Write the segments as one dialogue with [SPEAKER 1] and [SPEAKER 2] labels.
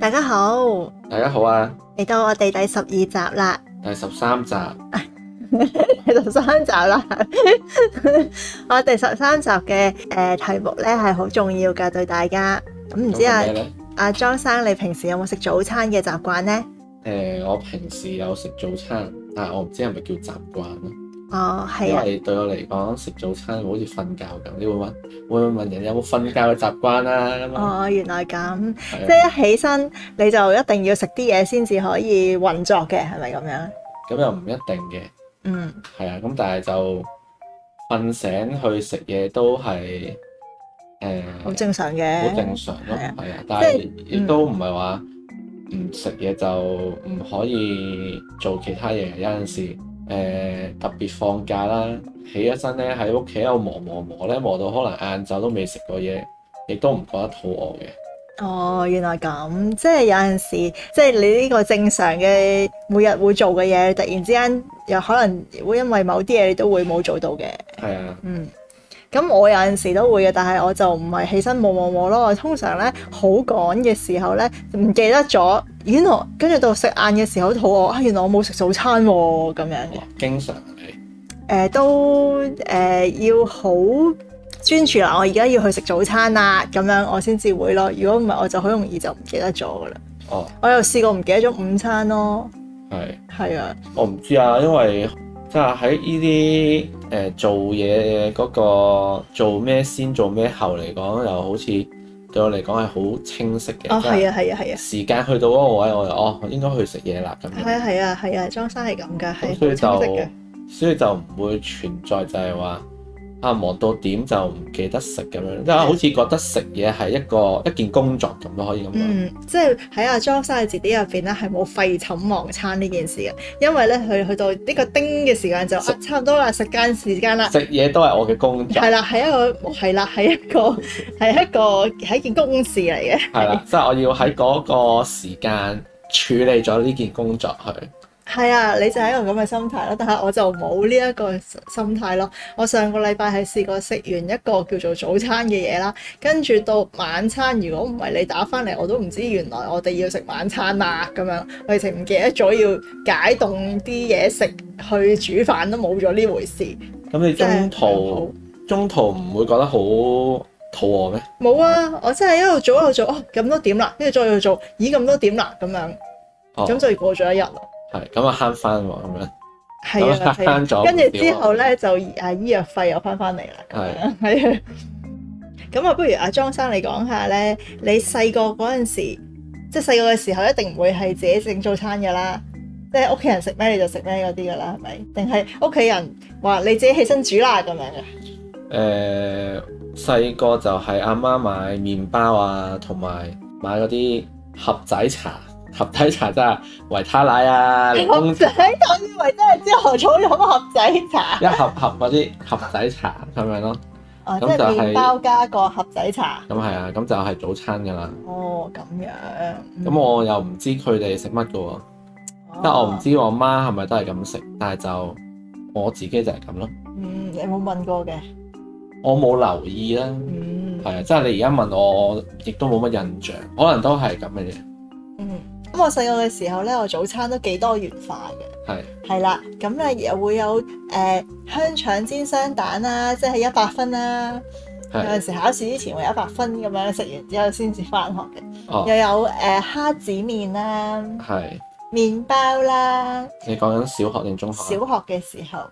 [SPEAKER 1] 大家好，
[SPEAKER 2] 大家好啊！
[SPEAKER 1] 嚟到我哋第十二集啦，
[SPEAKER 2] 第十三集係
[SPEAKER 1] 第十三集啦。 我第十三集嘅誒、呃、題目咧係好重要㗎，對大家。咁唔知啊
[SPEAKER 2] 咩咧？
[SPEAKER 1] 阿莊生，你平時有冇食早餐嘅習慣呢？
[SPEAKER 2] 誒、呃我平時有食早餐，但係我唔知係咪叫習慣咯。
[SPEAKER 1] 哦，係
[SPEAKER 2] 因
[SPEAKER 1] 啊，
[SPEAKER 2] 為對我嚟講，食早餐好似瞓覺咁，你會問會唔會問人有冇瞓覺嘅習慣啊？咁啊，
[SPEAKER 1] 哦，原來咁，即
[SPEAKER 2] 係啊
[SPEAKER 1] 係一起身你就一定要食啲嘢先至可以運作嘅，係咪咁樣？
[SPEAKER 2] 咁又唔一定嘅，
[SPEAKER 1] 嗯，
[SPEAKER 2] 係啊。咁但係就瞓醒去食嘢都係呃誒
[SPEAKER 1] 好正常
[SPEAKER 2] 好
[SPEAKER 1] 嘅。
[SPEAKER 2] 正常咯，
[SPEAKER 1] 係啊
[SPEAKER 2] 係啊。但
[SPEAKER 1] 即
[SPEAKER 2] 係亦都唔係話唔食嘢就唔可以做其他嘢。有陣時誒、呃特別放假啦，起咗身咧喺屋企喺度磨磨磨咧，磨到可能晏晝都未食過嘢，亦都唔覺得肚餓嘅。
[SPEAKER 1] 哦，原來咁，即係有陣時，即係你呢個正常嘅每日會做嘅嘢，突然之間又可能會因為某啲嘢你都會冇做到嘅。
[SPEAKER 2] 係啊，
[SPEAKER 1] 嗯，咁我有陣時都會嘅，但係我就唔係起身冇冇冇咯。我通常咧好趕嘅時候咧，唔記得咗，原來跟住到食晏嘅時候肚餓啊，原來我冇食早餐喎、咁樣嘅。
[SPEAKER 2] 哇啊經常嚟
[SPEAKER 1] 誒、都誒、要好專注啦！我而家要去食早餐啦，咁樣我先至會咯。如果唔係，我就好容易就唔記得咗噶啦。
[SPEAKER 2] 哦，
[SPEAKER 1] 我又試過唔記得咗午餐咯，
[SPEAKER 2] 係
[SPEAKER 1] 係啊，
[SPEAKER 2] 我唔知啊，因為即係喺呢啲誒做嘢嗰個做咩先做咩後嚟講，又好似對我嚟講係好清晰嘅。
[SPEAKER 1] 哦，
[SPEAKER 2] 即係
[SPEAKER 1] 係啊，係啊，係啊，
[SPEAKER 2] 時間去到嗰個位，我就哦應該去食嘢啦咁
[SPEAKER 1] 係
[SPEAKER 2] 樣，
[SPEAKER 1] 啊，係啊，係啊，莊生係咁噶，係
[SPEAKER 2] 咁
[SPEAKER 1] 好清晰
[SPEAKER 2] 所以
[SPEAKER 1] 嘅
[SPEAKER 2] 就。所以就唔會存在就係話啊忙到點就唔記得食咁樣，即係好似覺得食嘢係一個一件工作咁咯，可以咁講。
[SPEAKER 1] 嗯，即係喺阿莊生嘅字典入邊咧，係冇廢寢忘餐呢件事嘅，因為咧佢去到呢個叮嘅時間就
[SPEAKER 2] 食
[SPEAKER 1] 啊差唔多啦，食間時間啦，
[SPEAKER 2] 食嘢都係我嘅工作，
[SPEAKER 1] 係啦，係一個係啦，係一個係一個係一件公事嚟嘅，
[SPEAKER 2] 係啦，即係我要喺嗰個時間處理咗呢件工作去。
[SPEAKER 1] 係啊，你就係一個咁嘅心態咯，但係我就冇呢一個心態咯。我上個禮拜係試過食完一個叫做早餐嘅嘢啦，跟住到晚餐，如果唔係你打翻嚟，我都唔知原來我哋要食晚餐啦咁樣。我直情唔記得咗要解凍啲嘢食去煮飯都冇咗呢回事，
[SPEAKER 2] 咁你中
[SPEAKER 1] 真係
[SPEAKER 2] 途中途唔會覺得好肚餓咩？
[SPEAKER 1] 冇啊！我真係一路做一路做，哦咁多點啦，跟住再一路做，咦咁多點啦咁樣，
[SPEAKER 2] 哦，
[SPEAKER 1] 咁就過咗一日啦。
[SPEAKER 2] 係咁啊慳翻喎咁樣，
[SPEAKER 1] 係啊，係啊
[SPEAKER 2] 慳咗
[SPEAKER 1] 跟住
[SPEAKER 2] 唔少
[SPEAKER 1] 之後
[SPEAKER 2] 喎
[SPEAKER 1] 咧就啊醫藥費又翻翻嚟啦，
[SPEAKER 2] 係
[SPEAKER 1] 係啊。咁啊，不如阿莊生你講下咧，你細個嗰陣時，即係細個嘅時候一定唔會係自己整早餐噶啦，即係屋企人食咩你就食咩嗰啲噶啦，係咪？定係屋企人話你自己起身煮啦咁樣嘅？
[SPEAKER 2] 誒細個就係阿媽買麵包啊，同埋買嗰啲盒仔茶，盒仔茶即係維他奶 啊、檸
[SPEAKER 1] 盒
[SPEAKER 2] 檬
[SPEAKER 1] 仔，
[SPEAKER 2] 茶，
[SPEAKER 1] 我以為真係朝頭早飲盒仔茶，
[SPEAKER 2] 一盒盒嗰啲盒仔茶咁樣咯。
[SPEAKER 1] 哦，即
[SPEAKER 2] 咁
[SPEAKER 1] 係
[SPEAKER 2] 就係
[SPEAKER 1] 麵包加個盒仔茶。
[SPEAKER 2] 咁係啊，咁就係早餐㗎啦。
[SPEAKER 1] 哦，咁樣。嗯
[SPEAKER 2] 咁我又唔知佢哋食乜㗎喎，
[SPEAKER 1] 我
[SPEAKER 2] 即係我唔知我媽係咪都係咁食，但係就我自己就係咁咯。
[SPEAKER 1] 嗯，你有冇問過嘅？
[SPEAKER 2] 我冇留意啦，
[SPEAKER 1] 嗯。
[SPEAKER 2] 係啊，即係你而家問我，我亦都冇乜印象，可能都係咁嘅嘢，
[SPEAKER 1] 嗯，咁我細個嘅時候咧，我早餐都幾多元化嘅，
[SPEAKER 2] 係
[SPEAKER 1] 係啦，咁咧又會有誒、呃香腸煎雙蛋啦，即係一百分啦，有
[SPEAKER 2] 係
[SPEAKER 1] 陣時考試之前會有一百分咁樣食完之後先至翻學嘅，
[SPEAKER 2] 哦
[SPEAKER 1] 又有誒、呃、蝦子麵啦、
[SPEAKER 2] 係。
[SPEAKER 1] 麵包啦，
[SPEAKER 2] 你講緊小學定中學
[SPEAKER 1] 小
[SPEAKER 2] 啊？
[SPEAKER 1] 學嘅時候。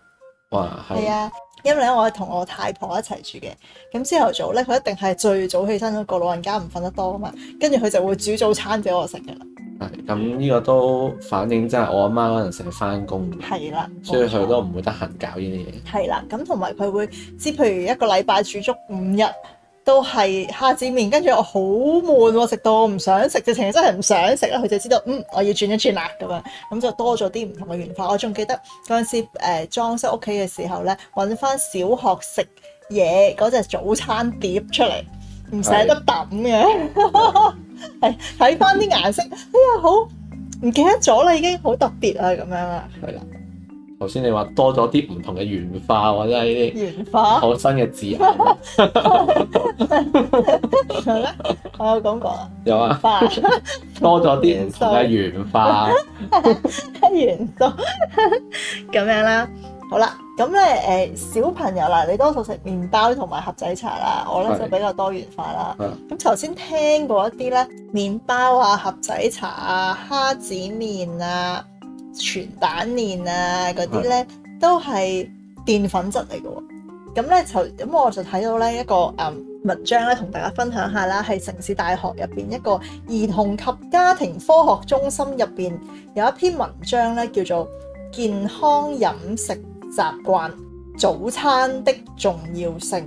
[SPEAKER 2] 哇，
[SPEAKER 1] 係
[SPEAKER 2] 係
[SPEAKER 1] 啊，因為咧我係同我太婆一齊住嘅，咁朝頭早咧佢一定係最早起身嗰個老人家唔瞓得多啊嘛，跟住佢就會煮早餐俾我食嘅啦，
[SPEAKER 2] 係咁呢個都反映真係我阿媽嗰陣時係翻工嘅，
[SPEAKER 1] 係啦，
[SPEAKER 2] 所以
[SPEAKER 1] 冇
[SPEAKER 2] 佢
[SPEAKER 1] 錯
[SPEAKER 2] 都唔會得閒搞呢啲嘢。
[SPEAKER 1] 係啦，咁同埋佢會知，譬如一個禮拜煮足五日都係蝦子麵，跟住我好悶喎，食到我唔想食，直情真係唔想食啦。佢就知道，嗯，我要轉一轉啦咁樣，咁就多咗啲唔同嘅元化。我仲記得嗰陣時誒、呃、裝飾屋企嘅時候咧，揾翻小學食嘢嗰隻早餐碟出嚟，唔捨得抌嘅， 係睇翻啲顏色，哎呀好唔記得咗啦，已經好特別啊咁樣啦。
[SPEAKER 2] 係啦，頭先你話多咗啲唔同嘅原化或者係呢啲
[SPEAKER 1] 原化
[SPEAKER 2] 好新嘅 字眼，
[SPEAKER 1] 係咩？我有感覺啊，
[SPEAKER 2] 有啊，
[SPEAKER 1] 化
[SPEAKER 2] 多咗啲唔同嘅原 化，
[SPEAKER 1] 元素咁樣啦。好啦，咁咧誒小朋友啦，你多數食麵包同埋盒仔茶啦，我咧
[SPEAKER 2] 係
[SPEAKER 1] 就比較多元化啦
[SPEAKER 2] 嗯。
[SPEAKER 1] 咁頭先聽過一啲咧，麵包啊、盒仔茶啊、蝦子麵啊、全蛋麵啊嗰啲咧，都係澱粉質嚟嘅喎。咁咧就咁我就睇到咧一個誒、嗯文章咧，同大家分享下啦，係城市大學入邊一個兒童及家庭科學中心入邊有一篇文章咧，叫做《健康飲食習慣：早餐的重要性》。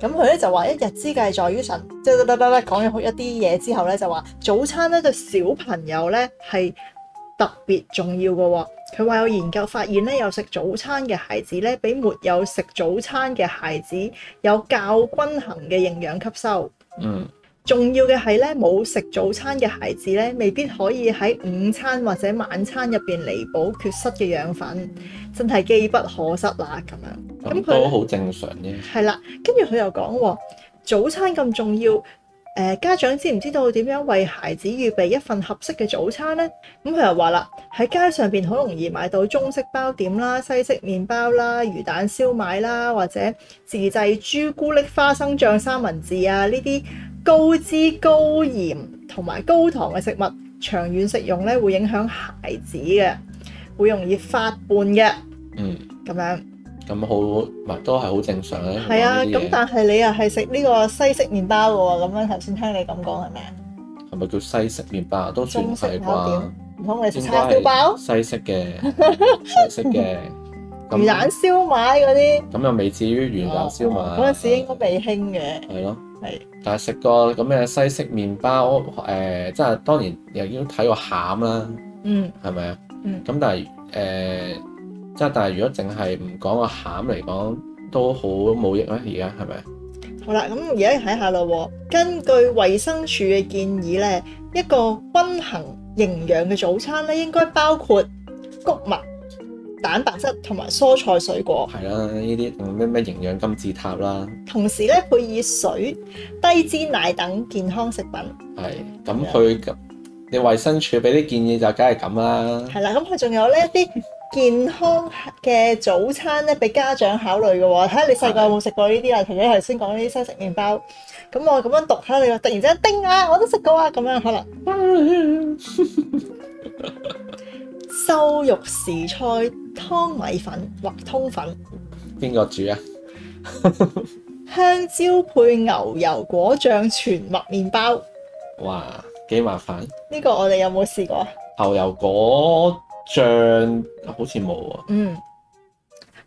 [SPEAKER 1] 咁佢咧就話一日之計在於晨，即係得得得得講咗一啲嘢之後咧，就話早餐咧對小朋友咧係特別重要嘅喎。佢話有研究發現咧，有食早餐嘅孩子咧，比沒有食早餐嘅孩子有較均衡嘅營養吸收。
[SPEAKER 2] 嗯
[SPEAKER 1] 重要嘅係咧，冇食早餐嘅孩子咧，未必可以喺午餐或者晚餐入邊彌補缺失嘅養分，真係機不可失啦咁樣。咁佢
[SPEAKER 2] 咁都好正常啫。
[SPEAKER 1] 係啦，跟住佢又講喎，早餐咁重要，誒、家長知唔知道點樣為孩子預備一份合適嘅早餐呢？咁佢又話啦，喺街上邊好容易買到中式包點啦、西式麵包啦、魚蛋燒賣啦，或者自製朱古力花生醬三文治啊呢啲高脂高鹽同埋高糖嘅食物，長遠食用咧會影響孩子嘅，會容易發胖嘅
[SPEAKER 2] 嗯，
[SPEAKER 1] 咁樣。
[SPEAKER 2] 咁好，咪都係好正常咧。
[SPEAKER 1] 係啊，
[SPEAKER 2] 呢啲嘢
[SPEAKER 1] 咁但係你又係食呢個西式麵包嘅喎，咁樣頭先聽你咁講係咪啊？
[SPEAKER 2] 係咪叫西式麵包啊都算
[SPEAKER 1] 中式
[SPEAKER 2] 係
[SPEAKER 1] 烤
[SPEAKER 2] 啩
[SPEAKER 1] 點？唔通你食
[SPEAKER 2] 應該
[SPEAKER 1] 叉燒包
[SPEAKER 2] 係、西式嘅，西式嘅。咁
[SPEAKER 1] 魚蛋燒賣嗰啲？
[SPEAKER 2] 咁又未至於魚蛋燒
[SPEAKER 1] 哦
[SPEAKER 2] 賣。
[SPEAKER 1] 嗰陣時應該未興嘅，
[SPEAKER 2] 係咯。
[SPEAKER 1] 係
[SPEAKER 2] 但係食過咁嘅西式麵包，誒、即係當然又要睇個餡啦，
[SPEAKER 1] 嗯
[SPEAKER 2] 係咪啊？
[SPEAKER 1] 嗯
[SPEAKER 2] 咁但係誒、即係但係如果淨係唔講個餡嚟講，都好冇益啊！而家係咪？
[SPEAKER 1] 好啦，咁而家睇下咯喎。根據衛生署嘅建議咧，一個均衡營養嘅早餐咧，應該包括谷物、蛋白質同埋蔬菜水果。
[SPEAKER 2] 係啦，呢啲咩咩營養金字塔啦，
[SPEAKER 1] 同時咧，配以水、低脂奶等健康食品。
[SPEAKER 2] 係
[SPEAKER 1] 啊
[SPEAKER 2] 咁佢你衞生署俾啲建議就梗係咁啦，
[SPEAKER 1] 係啦，咁佢仲有呢一啲健康嘅早餐咧，俾家長考慮嘅喎。睇下你細個有冇食過呢啲啊？除咗頭先講呢啲西食麵包，咁我咁樣讀下你話，突然之間叮啊，我都食過啊，咁樣可能瘦肉時菜湯米粉或通粉，
[SPEAKER 2] 邊個煮啊？
[SPEAKER 1] 香蕉配牛油果醬全麥麵包。
[SPEAKER 2] 哇，幾麻煩！
[SPEAKER 1] 呢、個我哋有冇試過啊？
[SPEAKER 2] 牛油果醬好似冇喎，
[SPEAKER 1] 嗯，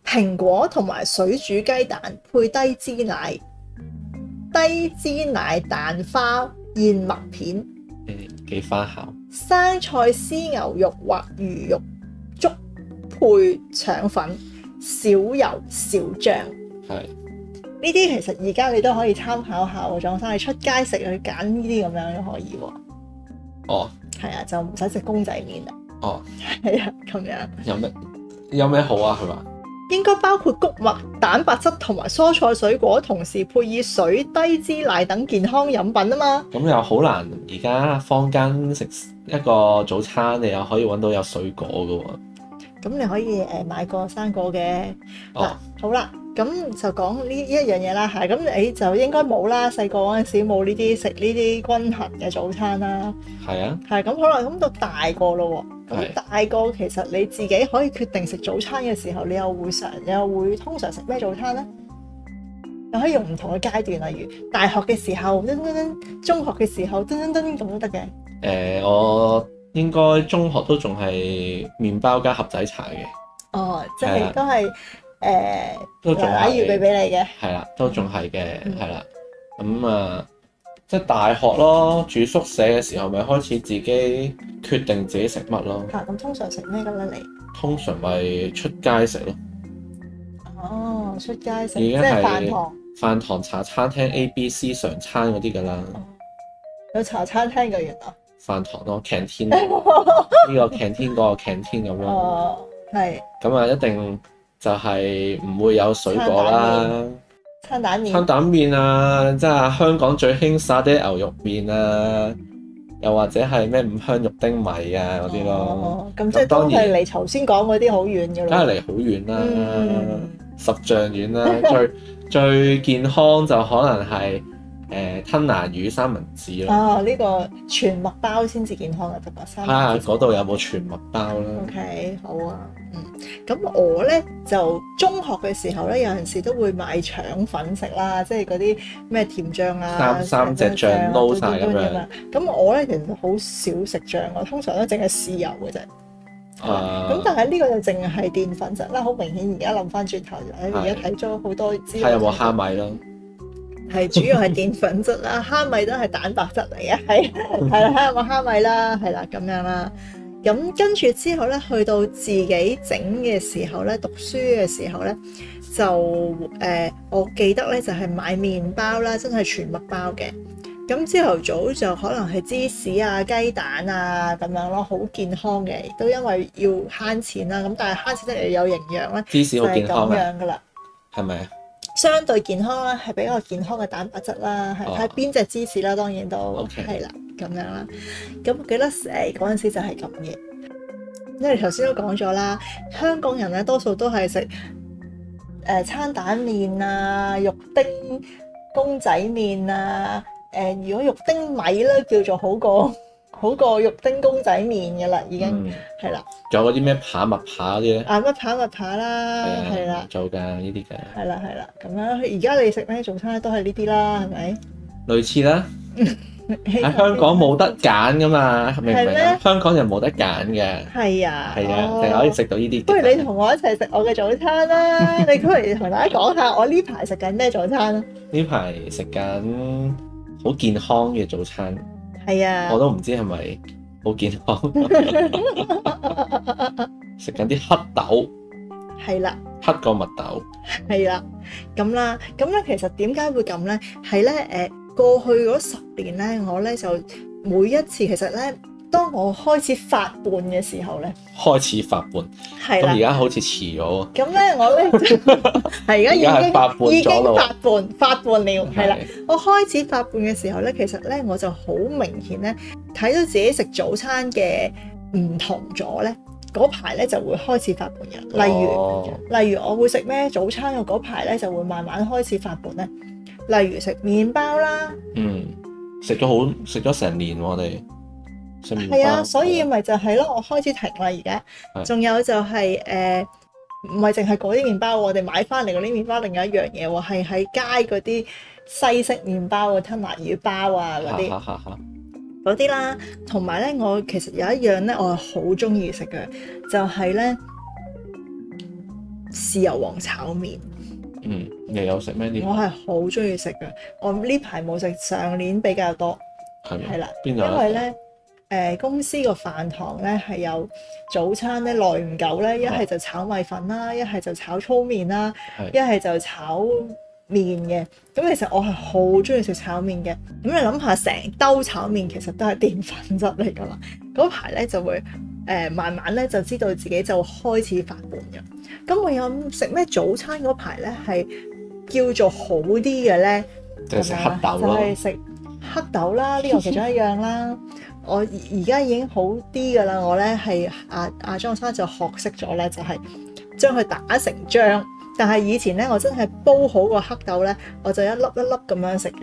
[SPEAKER 1] 蘋果同埋水煮雞蛋配低脂奶，低脂奶蛋花燕麥片，
[SPEAKER 2] 誒幾花巧。
[SPEAKER 1] 生菜絲牛肉或魚肉粥配腸粉，少油少醬。
[SPEAKER 2] 係
[SPEAKER 1] 呢啲其實而家你都可以參考下喎，狀生你出街食去揀呢啲咁樣都可以喎。
[SPEAKER 2] 哦
[SPEAKER 1] 係啊，就唔使食公仔麵啦。
[SPEAKER 2] 哦，
[SPEAKER 1] 係啊，咁樣。
[SPEAKER 2] 有咩有咩好啊？係嘛？
[SPEAKER 1] 應該包括谷物、蛋白質同埋蔬菜水果，同時配以水、低脂奶等健康飲品啊嘛。
[SPEAKER 2] 咁又好難，而家坊間食一個早餐，你又可以揾到有水果嘅喎。
[SPEAKER 1] 咁你可以誒、呃、買個生果嘅。嗱、
[SPEAKER 2] 哦，
[SPEAKER 1] 好啦，咁就講呢一樣嘢啦嚇。咁你就應該冇啦，細個嗰陣時冇呢啲食呢啲均衡嘅早餐啦。
[SPEAKER 2] 係啊，
[SPEAKER 1] 係咁好啦，咁到大個咯喎。咁
[SPEAKER 2] 係
[SPEAKER 1] 大個其實你自己可以決定食早餐嘅時候，你又會常你又會通常食咩早餐呢？又可以用唔同嘅階段，例如大學嘅時候，噔噔噔；中學嘅時候，噔噔噔咁都得嘅。
[SPEAKER 2] 誒、我應該中學都仲係麵包加盒仔茶嘅，
[SPEAKER 1] 哦，即
[SPEAKER 2] 係
[SPEAKER 1] 係
[SPEAKER 2] 啊
[SPEAKER 1] 都係誒
[SPEAKER 2] 都仲
[SPEAKER 1] 奶奶預備
[SPEAKER 2] 係
[SPEAKER 1] 俾你嘅。
[SPEAKER 2] 係啦，都仲係嘅，
[SPEAKER 1] 嗯
[SPEAKER 2] 係啦。咁啊，即係大學咯，住宿舍嘅時候咪開始自己決定自己食乜咯。
[SPEAKER 1] 嚇、咁通常食咩嘅咧？你
[SPEAKER 2] 通常咪出街食咯，
[SPEAKER 1] 哦，出街食
[SPEAKER 2] 已
[SPEAKER 1] 即
[SPEAKER 2] 經
[SPEAKER 1] 係
[SPEAKER 2] 係
[SPEAKER 1] 飯堂
[SPEAKER 2] 飯堂茶餐廳 A、B、C 常餐嗰啲㗎啦，
[SPEAKER 1] 有茶餐廳嘅原來。
[SPEAKER 2] 嗯飯堂咯，canteen 咯呢個 canteen 嗰個 canteen 咁 樣，
[SPEAKER 1] 哦，係
[SPEAKER 2] 咁啊一定就係唔會有水果啦。
[SPEAKER 1] 餐蛋面
[SPEAKER 2] 餐蛋面啊，即係香港最興沙爹牛肉麵啊，又或者係咩五香肉丁米啊嗰啲咯，
[SPEAKER 1] 哦，咁即係
[SPEAKER 2] 咁當
[SPEAKER 1] 都
[SPEAKER 2] 然
[SPEAKER 1] 係離頭先講嗰啲好遠嘅
[SPEAKER 2] 梗
[SPEAKER 1] 啦。
[SPEAKER 2] 係離好遠啦，
[SPEAKER 1] 嗯
[SPEAKER 2] 十丈 遠啦，最最健康就可能係誒、呃吞拿魚三文治咯，
[SPEAKER 1] 啊，呢個全麥包先至健康嘅得吧？三
[SPEAKER 2] 睇
[SPEAKER 1] 文
[SPEAKER 2] 下
[SPEAKER 1] 治
[SPEAKER 2] 嗰度有冇全麥包啦。
[SPEAKER 1] 嗯 OK，好啊，嗯，咁我咧就中學嘅時候咧，有陣時都會買腸粉食啦，即係嗰啲咩甜醬啊，
[SPEAKER 2] 三三隻醬撈晒咁樣
[SPEAKER 1] 嘟嘟嘟咁樣。咁我咧其實好少食醬，我通常都淨係豉油嘅啫。
[SPEAKER 2] 啊
[SPEAKER 1] 咁但係呢個就淨係澱粉質啦，好明顯而家諗翻轉頭，
[SPEAKER 2] 係啊
[SPEAKER 1] 而家睇咗好多資
[SPEAKER 2] 睇有
[SPEAKER 1] 料，
[SPEAKER 2] 冇蝦米咯，
[SPEAKER 1] 係主要係澱粉質啦， 蝦米都係蛋白質嚟嘅， 係係啦，睇下有冇蝦米啦，係啦咁樣啦。咁跟住之後咧，去到自己整嘅時候咧，讀書嘅時候咧，就誒、呃我記得咧就係、買麵包啦，真係全麥包嘅。咁朝頭早就可能係芝士啊、雞蛋啊咁樣咯，好健康嘅，都因為要慳錢啦。咁但係慳錢得嚟有營養咧，
[SPEAKER 2] 芝士
[SPEAKER 1] 就
[SPEAKER 2] 好
[SPEAKER 1] 係
[SPEAKER 2] 健
[SPEAKER 1] 咁
[SPEAKER 2] 康啊嘅，
[SPEAKER 1] 樣噶啦。
[SPEAKER 2] 係咪啊
[SPEAKER 1] 相對健康啦，係比較健康嘅蛋白質啦，係
[SPEAKER 2] 哦
[SPEAKER 1] 睇邊隻芝士啦，當然都
[SPEAKER 2] OK
[SPEAKER 1] 係啦咁樣啦。咁我記得誒嗰陣時就係咁嘅，因為頭先都講咗啦，香港人咧多數都係食誒餐蛋麵啊、肉丁公仔麵啊，誒、如果肉丁米咧叫做好過好過肉丁公仔麵嘅啦，已經
[SPEAKER 2] 嗯，
[SPEAKER 1] 係啦，
[SPEAKER 2] 仲有嗰啲咩扒麥扒嗰啲咧，
[SPEAKER 1] 啊乜扒乜扒啦，
[SPEAKER 2] 啊
[SPEAKER 1] 係啦。
[SPEAKER 2] 做㗎呢啲㗎，
[SPEAKER 1] 係啦係啦，咁樣而家你食咩早餐都係呢啲啦，係咪？
[SPEAKER 2] 類似啦。
[SPEAKER 1] 喺
[SPEAKER 2] 喺香港冇得揀噶嘛，明唔明
[SPEAKER 1] 係
[SPEAKER 2] 啊
[SPEAKER 1] 咩？
[SPEAKER 2] 香港人冇得揀嘅，
[SPEAKER 1] 係啊，
[SPEAKER 2] 係
[SPEAKER 1] 哦
[SPEAKER 2] 啊，定可以。食到呢啲嘅。
[SPEAKER 1] 不如你同我一齊食我嘅早餐 啦！你不如同大家講下我呢排食緊咩早餐啦？
[SPEAKER 2] 呢排食緊好健康嘅早餐，
[SPEAKER 1] 係啊
[SPEAKER 2] 我，都唔知係咪好健 康。食緊啲黑豆，
[SPEAKER 1] 係啦，
[SPEAKER 2] 黑過蜜豆，
[SPEAKER 1] 係啦，咁啦，咁咧其實點解會咁咧？係咧誒，過去嗰十年咧，我咧就每一次其實咧，當我開始發胖嘅時候咧，
[SPEAKER 2] 開始發胖。
[SPEAKER 1] 係
[SPEAKER 2] 咁而
[SPEAKER 1] 啦，
[SPEAKER 2] 家好似遲咗
[SPEAKER 1] 咁咧我咧 就係
[SPEAKER 2] 而家
[SPEAKER 1] 而
[SPEAKER 2] 係發胖
[SPEAKER 1] 家已經已經
[SPEAKER 2] 咗咯喎
[SPEAKER 1] 發胖發胖了，
[SPEAKER 2] 喎，
[SPEAKER 1] 係啦。我開始發胖嘅時候咧，其實咧我就好明顯咧睇到自己食早餐嘅唔同咗咧，嗰排咧就會開始發胖嘅。例如、
[SPEAKER 2] 哦
[SPEAKER 1] 例如我會食咩早餐嘅嗰排咧就會慢慢開始發胖咧。例如食麵包啦，
[SPEAKER 2] 嗯，食咗好食咗成年喎我哋食麵包
[SPEAKER 1] 係啊，所以咪就係咯，我開始停啦而家。
[SPEAKER 2] 係
[SPEAKER 1] 仲有就係、呃唔係淨係嗰啲麵包喎，我哋買翻嚟嗰啲麵包，另外一樣嘢喎，係喺街嗰啲西式麵包啊、吞拿魚包啊嗰啲。
[SPEAKER 2] 哈哈哈哈
[SPEAKER 1] 嗰啲啦，同埋咧，我其實有一樣咧，我係好中意食嘅，就係咧豉油皇炒麵，
[SPEAKER 2] 嗯，你有食咩呢
[SPEAKER 1] 我
[SPEAKER 2] 排？
[SPEAKER 1] 係好中意食嘅。我呢排冇食，上年比較多，
[SPEAKER 2] 係
[SPEAKER 1] 係
[SPEAKER 2] 咪？
[SPEAKER 1] 啦，
[SPEAKER 2] 邊度有啊
[SPEAKER 1] 因為
[SPEAKER 2] 得食？
[SPEAKER 1] 咧。誒、公司個飯堂咧係有早餐咧，耐唔久
[SPEAKER 2] 嗯
[SPEAKER 1] 咧，一係就炒米粉啦，一係就炒粗麵啦，
[SPEAKER 2] 係
[SPEAKER 1] 一係就炒麵嘅。咁其實我係好中意食炒麵嘅。咁你諗下，成兜炒麵其實都係澱粉質嚟㗎啦。嗰排咧就會誒、呃慢慢咧就知道自己就開始發胖嘅。咁我有食咩早餐嗰排咧係叫做好啲嘅咧，
[SPEAKER 2] 就係食黑豆
[SPEAKER 1] 就
[SPEAKER 2] 咯。
[SPEAKER 1] 係食黑豆啦，呢個其中一樣 啦。我而而家已經好啲噶啦，我咧係阿阿莊生就學識咗咧，就係將佢打成漿。但係以前咧，我真係煲好個黑豆咧，我就一粒一粒咁樣食嘅，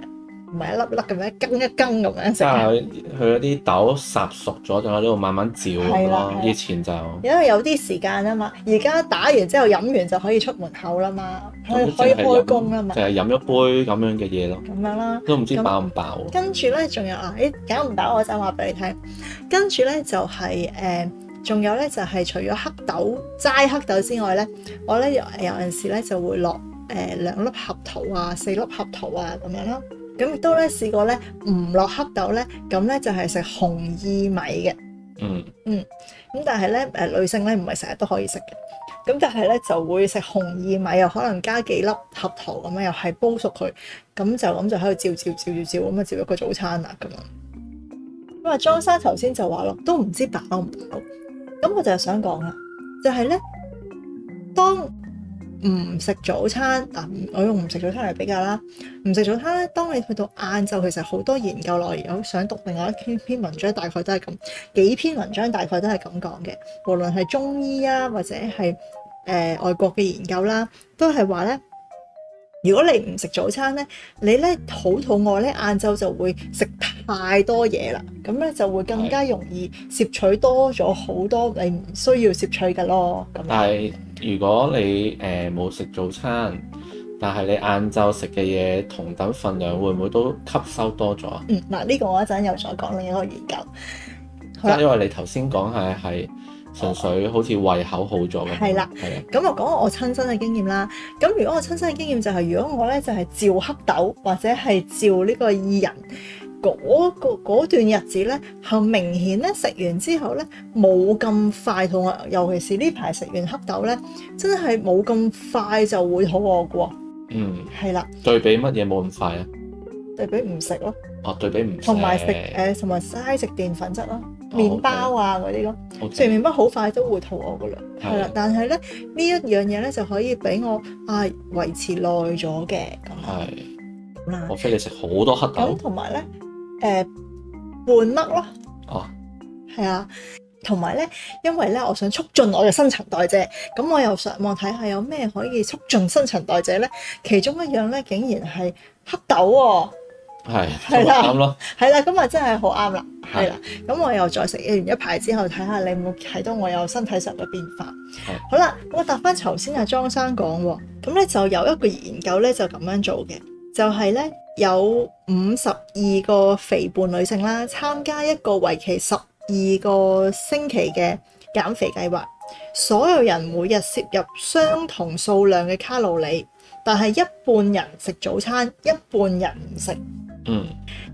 [SPEAKER 1] 唔係一粒粒咁樣，一羹一羹咁樣食
[SPEAKER 2] 即係
[SPEAKER 1] 嘅。
[SPEAKER 2] 佢佢嗰啲豆烚熟咗，就喺度慢慢照咁
[SPEAKER 1] 係啦係
[SPEAKER 2] 咯
[SPEAKER 1] 啦。
[SPEAKER 2] 以前就
[SPEAKER 1] 因為有啲時間啊嘛，而家打完之後飲完就可以出門口啦嘛，可以可以開工啦嘛
[SPEAKER 2] 就，係飲一杯咁樣嘅嘢咯，
[SPEAKER 1] 咁樣啦。
[SPEAKER 2] 都唔知飽唔飽。
[SPEAKER 1] 跟住咧，仲有啊，誒搞唔搞我就話俾你聽。跟住咧就係、誒，仲、有咧就係、除咗黑豆齋黑豆之外咧，我咧有有陣時咧就會落誒、兩粒合桃啊、四粒合桃啊咁樣啦。咁亦都咧試過咧唔落黑豆咧，咁咧就係食紅薏米嘅。
[SPEAKER 2] 嗯，
[SPEAKER 1] 咁但係咧誒女性咧唔係成日都可以食嘅，咁但係咧就會食紅薏米，又可能加幾粒合桃咁樣，又係煲熟佢，咁就咁就喺度照照照照照咁啊，照一個早餐啦咁樣。咁啊，莊生頭先就話咯，都唔知飽唔飽，咁我就係想講啦，就係咧當唔食早餐嗱、唔我用唔食早餐嚟比較啦。唔食早餐咧，當你去到晏晝，其實好多研究內容，我想讀另外一篇篇文章，大概都係咁，幾篇文章大概都係咁講嘅。無論係中醫啊，或者係誒、呃外國嘅研究啦，都係話咧，如果你唔食早餐咧，你咧好肚餓咧，晏晝就會食太多嘢啦，咁咧就會更加容易攝取多咗好多你唔需要攝取嘅咯，咁樣
[SPEAKER 2] 但係如果你誒冇食早餐，但係你晏晝食嘅嘢同等份量，會唔會都吸收多咗啊？
[SPEAKER 1] 嗯，嗱、呢個我一陣又再講另一個研究。好
[SPEAKER 2] 即
[SPEAKER 1] 啦
[SPEAKER 2] 係因為你頭先講係係純粹好似胃口好咗咁樣。
[SPEAKER 1] 係啦
[SPEAKER 2] 係啊，
[SPEAKER 1] 咁我講我親身嘅經驗啦。咁如果我親身嘅經驗就係、如果我咧就係、照黑豆或者係照呢個薏仁嗰個嗰段日子咧，係明顯咧食完之後咧冇咁快肚餓，尤其是呢排食完黑豆咧，真係冇咁快就會肚餓嘅喎。
[SPEAKER 2] 嗯，
[SPEAKER 1] 係啦，
[SPEAKER 2] 對比乜嘢冇咁快啊？
[SPEAKER 1] 對比唔食咯，
[SPEAKER 2] 哦，對比唔
[SPEAKER 1] 同埋食
[SPEAKER 2] 誒
[SPEAKER 1] 誒同埋嘥食澱粉質咯，
[SPEAKER 2] 哦
[SPEAKER 1] 麵包啊嗰啲咯。
[SPEAKER 2] ，OK，
[SPEAKER 1] 食完麵包好快都會肚餓噶啦，
[SPEAKER 2] 係
[SPEAKER 1] 係啦。但係咧呢一樣嘢咧就可以俾我啊維持耐咗嘅咁
[SPEAKER 2] 係，
[SPEAKER 1] 啦
[SPEAKER 2] 我。非你食好多黑
[SPEAKER 1] 咁
[SPEAKER 2] 豆
[SPEAKER 1] 同埋咧誒半粒咯，
[SPEAKER 2] 哦，
[SPEAKER 1] 係啊。同埋咧，因為咧我想促進我嘅新陳代謝，咁我又上網睇下有咩可以促進新陳代謝咧。其中一樣咧竟然係黑豆喎、
[SPEAKER 2] 係，
[SPEAKER 1] 係啦
[SPEAKER 2] 啱咯，
[SPEAKER 1] 係啦，咁啊真係好啱啦，係啦。咁我又再食完一排之後，睇下你有冇睇到我有身體上嘅變化
[SPEAKER 2] 係。
[SPEAKER 1] 好啦，咁我答翻頭先阿啊莊生講喎，咁咧就有一個研究咧就咁樣做嘅，就係咧有五十二個肥胖女性啦，參加一個為期十二個星期嘅減肥計劃，所有人每日攝入相同數量嘅卡路里，但係一半人食早餐，一半人唔食。
[SPEAKER 2] 嗯，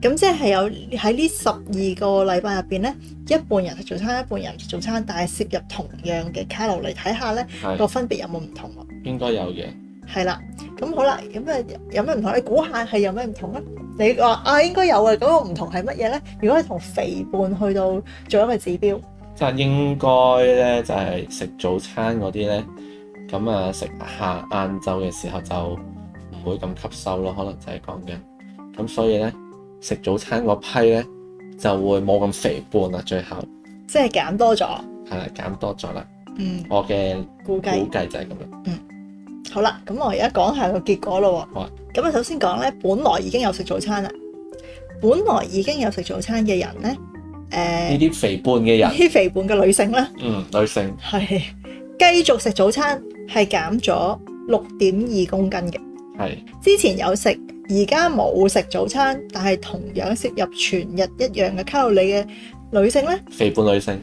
[SPEAKER 1] 咁即係有喺呢十二個禮拜入邊咧，一半人食早餐，一半人唔食早餐，但係攝入同樣嘅卡路里，睇下咧個
[SPEAKER 2] 係
[SPEAKER 1] 分別有冇唔同喎。
[SPEAKER 2] 應該有嘅，
[SPEAKER 1] 係啦，咁好啦，咁啊有咩唔同？你估下係有咩唔同啊？你話啊應該有啊，咁個唔同係乜嘢咧？如果係同肥胖去到做一個指標，
[SPEAKER 2] 即係應該咧就係食早餐嗰啲咧，咁啊食下晏晝嘅時候就唔會咁吸收咯，可能就係講緊，咁所以咧食早餐嗰批咧就會冇咁肥胖啦，最後
[SPEAKER 1] 即係減多咗。
[SPEAKER 2] 係啦減多咗啦，
[SPEAKER 1] 嗯，
[SPEAKER 2] 我嘅
[SPEAKER 1] 估
[SPEAKER 2] 估
[SPEAKER 1] 計
[SPEAKER 2] 計就係咁樣，
[SPEAKER 1] 好啦，咁我而家講下個結果咯
[SPEAKER 2] 好啊
[SPEAKER 1] 喎。咁啊，首先講咧，本來已經有食早餐啦，本來已經有食早餐嘅人咧，誒、
[SPEAKER 2] 呢啲肥胖嘅人，
[SPEAKER 1] 啲肥胖嘅女性咧，
[SPEAKER 2] 嗯，女性
[SPEAKER 1] 係繼續食早 餐，係減咗六點二公斤嘅。
[SPEAKER 2] 係。
[SPEAKER 1] 之前有食，而家冇食早餐，但係同樣攝入全日一樣嘅卡路里嘅女性咧，
[SPEAKER 2] 肥胖女性，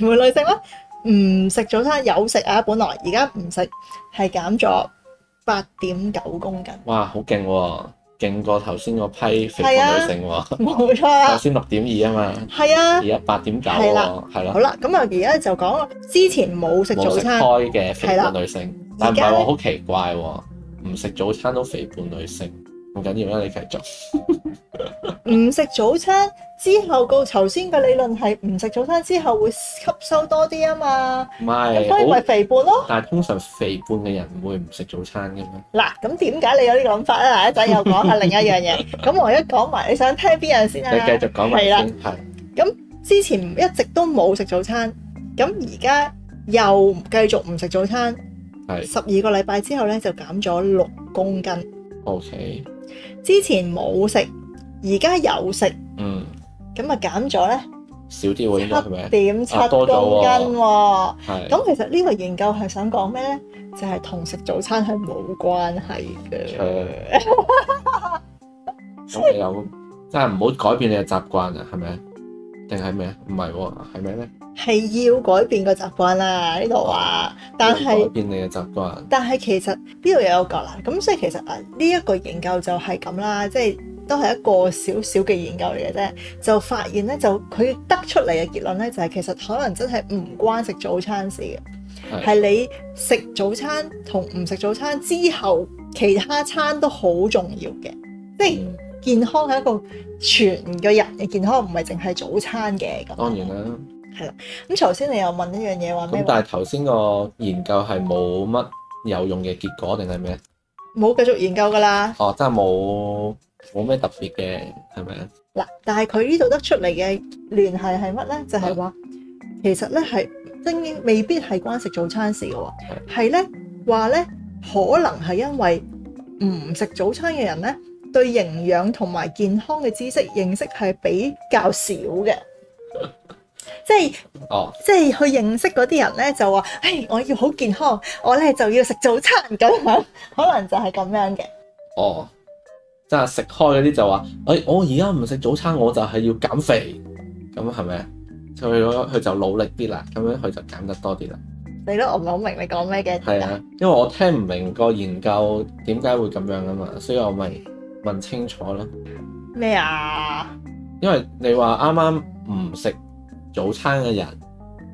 [SPEAKER 1] 唔會女性啦，唔食早餐有食啊，本來而家唔食，係減咗八點九公斤。
[SPEAKER 2] 哇，好勁喎，勁過頭先嗰批肥胖女性喎。
[SPEAKER 1] 冇錯
[SPEAKER 2] 頭
[SPEAKER 1] 啦，
[SPEAKER 2] 先六點二啊嘛，
[SPEAKER 1] 係啊
[SPEAKER 2] 而。家八點九
[SPEAKER 1] 係啦
[SPEAKER 2] 喎，係
[SPEAKER 1] 好
[SPEAKER 2] 咯，
[SPEAKER 1] 啦，咁啊，而家就講之前冇食
[SPEAKER 2] 冇
[SPEAKER 1] 早
[SPEAKER 2] 食
[SPEAKER 1] 餐，
[SPEAKER 2] 開嘅肥
[SPEAKER 1] 係啦
[SPEAKER 2] 胖女性，但唔係
[SPEAKER 1] 而家
[SPEAKER 2] 喎，
[SPEAKER 1] 呢
[SPEAKER 2] 好奇怪喎，唔食早餐都肥胖女性，唔緊要啦，你繼續。
[SPEAKER 1] 唔食早餐之後，個頭先嘅理論係唔食早餐之後會吸收多啲啊嘛，
[SPEAKER 2] 唔
[SPEAKER 1] 咁所以咪
[SPEAKER 2] 係，好，
[SPEAKER 1] 肥胖咯。
[SPEAKER 2] 但係通常肥胖嘅人唔會唔食早餐嘅咩？
[SPEAKER 1] 嗱，咁點解你有呢個諗法咧？嗱，一陣又講下另一樣 嘢。咁我而家講埋，你想聽邊樣先
[SPEAKER 2] 你
[SPEAKER 1] 啊？
[SPEAKER 2] 繼續講埋
[SPEAKER 1] 係啦
[SPEAKER 2] 先，係
[SPEAKER 1] 之前一直都冇食早餐，咁而家又繼續唔食早餐，
[SPEAKER 2] 係
[SPEAKER 1] 十二個禮拜之後咧就減咗六公斤。
[SPEAKER 2] ，OK，
[SPEAKER 1] 之前冇食，而家有食，
[SPEAKER 2] 嗯，
[SPEAKER 1] 咁啊減咗咧
[SPEAKER 2] 少啲喎應該係
[SPEAKER 1] 七
[SPEAKER 2] 咪？
[SPEAKER 1] 點七
[SPEAKER 2] 啊
[SPEAKER 1] 公
[SPEAKER 2] 多咗喎
[SPEAKER 1] 斤喎、
[SPEAKER 2] 係，
[SPEAKER 1] 咁其實呢個研究係想講咩咧？就係、同食早餐係冇關係嘅。
[SPEAKER 2] 咁你有真係唔好改變你嘅習慣啊，係咪？定係咩？唔係喎，係咩咧？
[SPEAKER 1] 係要改變個習慣啦，呢度話，但
[SPEAKER 2] 改
[SPEAKER 1] 係
[SPEAKER 2] 變你嘅習慣，
[SPEAKER 1] 但係其實呢度又有講啦，咁所以其實啊呢一個研究就係咁啦，即係都係一個小小嘅研究嚟嘅啫，就發現咧就佢得出嚟嘅結論咧就係、其實可能真係唔關食早餐事嘅，
[SPEAKER 2] 係
[SPEAKER 1] 係你食早餐同唔食早餐之後，其他餐都好重要嘅，即係。
[SPEAKER 2] 嗯
[SPEAKER 1] 健康係一個全個人嘅健康，唔係淨係早餐嘅咁。
[SPEAKER 2] 當然啦，
[SPEAKER 1] 係啦。咁頭先你又問一樣嘢話咩話？
[SPEAKER 2] 咁但係頭先個研究係冇乜有用嘅結果定係咩？
[SPEAKER 1] 冇繼續研究㗎啦。
[SPEAKER 2] 哦，真係冇冇咩特別嘅，係咪啊？
[SPEAKER 1] 嗱，但係佢呢度得出嚟嘅聯繫係乜咧？就係、話其實咧係精英未必係關食早餐事嘅喎，係咧話咧可能係因為唔食早餐嘅人咧對營養同埋健康嘅知識認識係比較少 嘅。即係
[SPEAKER 2] 哦，
[SPEAKER 1] 即係去認識嗰啲人咧，就話：，誒，我要好健康，我咧就要食早餐咁樣， 可能就係咁樣嘅。
[SPEAKER 2] 哦，即係食開嗰啲就話，誒、我而家唔食早餐，我就係要減肥，咁係咪啊？佢佢就努力啲啦，咁樣佢就減得多啲啦。
[SPEAKER 1] 你都我唔係好明你講咩嘅。
[SPEAKER 2] 係啊，因為我聽唔明個研究點解會咁樣啊嘛，所以我咪問清楚咯。
[SPEAKER 1] 咩啊？
[SPEAKER 2] 因為你話啱啱唔食早餐嘅人，